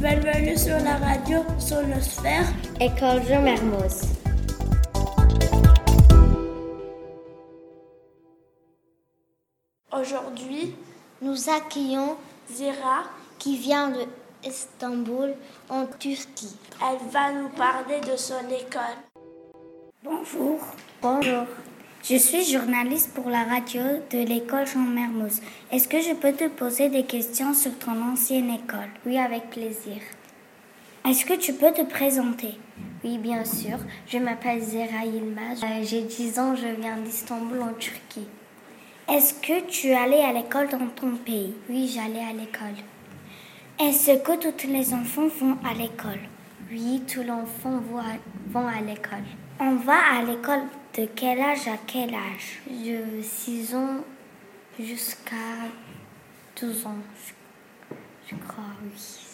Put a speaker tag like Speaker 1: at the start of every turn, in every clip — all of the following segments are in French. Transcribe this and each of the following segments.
Speaker 1: Bienvenue sur la radio Sonosphère.
Speaker 2: École Jean Mermoz.
Speaker 1: Aujourd'hui,
Speaker 2: Nous accueillons
Speaker 1: Zira,
Speaker 2: qui vient de Istanbul en Turquie.
Speaker 1: elle va nous parler de son école.
Speaker 3: Bonjour. Bonjour. Je suis journaliste pour la radio de l'école Jean Mermoz. Est-ce que je peux te poser des questions sur ton ancienne école
Speaker 2: Oui, avec plaisir.
Speaker 3: Est-ce que tu peux te présenter
Speaker 2: Oui, bien sûr. Je m'appelle Zera Yilmaz. Euh, J'ai 10 ans, je viens d'Istanbul en Turquie.
Speaker 3: Est-ce que tu allais à l'école dans ton pays
Speaker 2: Oui, j'allais à l'école.
Speaker 3: Est-ce que tous les enfants vont à l'école
Speaker 2: Oui, tous les enfants vont à, vont à l'école.
Speaker 3: On va à l'école de quel âge à quel âge
Speaker 2: De 6 ans jusqu'à 12 ans, je, je crois, oui. c'est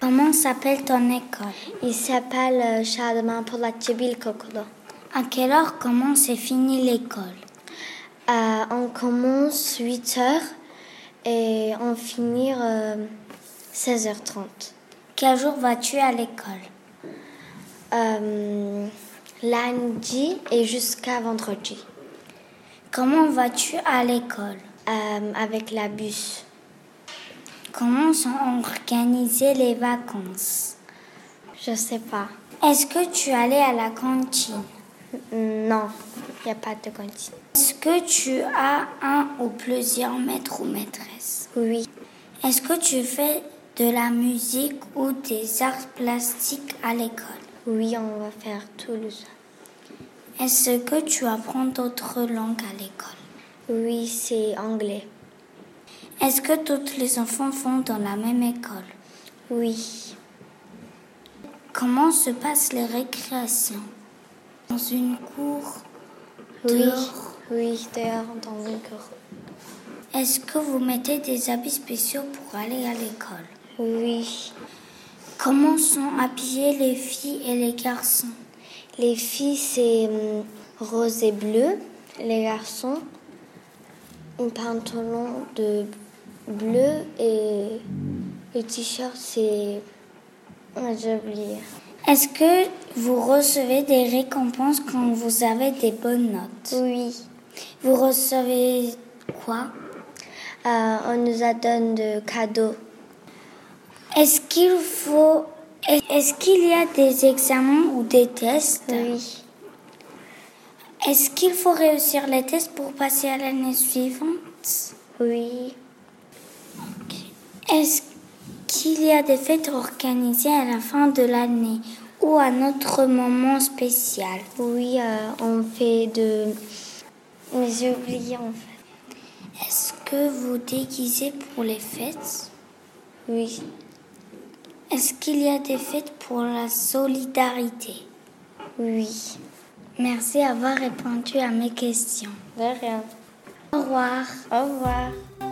Speaker 3: Comment s'appelle ton école
Speaker 2: comme ça. Il s'appelle euh, Shadman Polatçıbil Kokulu.
Speaker 3: À quelle heure commence et finit l'école
Speaker 2: Euh, on commence 8h et on finit euh, 16h30.
Speaker 3: Quel jour vas-tu à l'école
Speaker 2: Euh, lundi et jusqu'à vendredi
Speaker 3: Comment vas-tu à l'école
Speaker 2: euh, avec la bus.
Speaker 3: Comment sont organisées les vacances
Speaker 2: Je sais pas.
Speaker 3: Est-ce que tu allais à la cantine
Speaker 2: Non, il n'y a pas de cantine.
Speaker 3: Est-ce que tu as un ou plusieurs maîtres ou maîtresses
Speaker 2: Oui,
Speaker 3: Est-ce que tu fais de la musique ou des arts plastiques à l'école
Speaker 2: oui, on va faire tout le ça.
Speaker 3: Est-ce que tu apprends d'autres langues à l'école
Speaker 2: Oui, c'est anglais.
Speaker 3: Est-ce que tous les enfants vont dans la même école
Speaker 2: Oui.
Speaker 3: Comment se passent les récréations Dans une cour
Speaker 2: Oui,
Speaker 3: Dehors.
Speaker 2: oui, dehors dans une cour.
Speaker 3: Est-ce que vous mettez des habits spéciaux pour aller à l'école
Speaker 2: Oui.
Speaker 3: Comment sont habillées les filles et les garçons
Speaker 2: Les filles, c'est hum, rose et bleu. Les garçons, un pantalon de bleu et le t-shirt, c'est. Ah, J'ai oublié.
Speaker 3: Est-ce que vous recevez des récompenses quand vous avez des bonnes notes
Speaker 2: Oui.
Speaker 3: Vous recevez quoi
Speaker 2: Euh, on nous a donné de cadeaux.
Speaker 3: Est-ce qu'il faut est-ce qu'il y a des examens ou des tests
Speaker 2: Oui.
Speaker 3: Est-ce qu'il faut réussir les tests pour passer à l'année suivante
Speaker 2: Oui.
Speaker 3: Est-ce qu'il y a des fêtes organisées à la fin de l'année ou à notre moment spécial
Speaker 2: Oui, euh, on fait de. Mais j'ai oublié en fait.
Speaker 3: Est-ce que vous déguisez pour les fêtes
Speaker 2: Oui.
Speaker 3: Est-ce qu'il y a des fêtes pour la solidarité
Speaker 2: Oui.
Speaker 3: Merci d'avoir répondu à mes questions.
Speaker 2: De rien.
Speaker 3: Au revoir.
Speaker 2: Au revoir.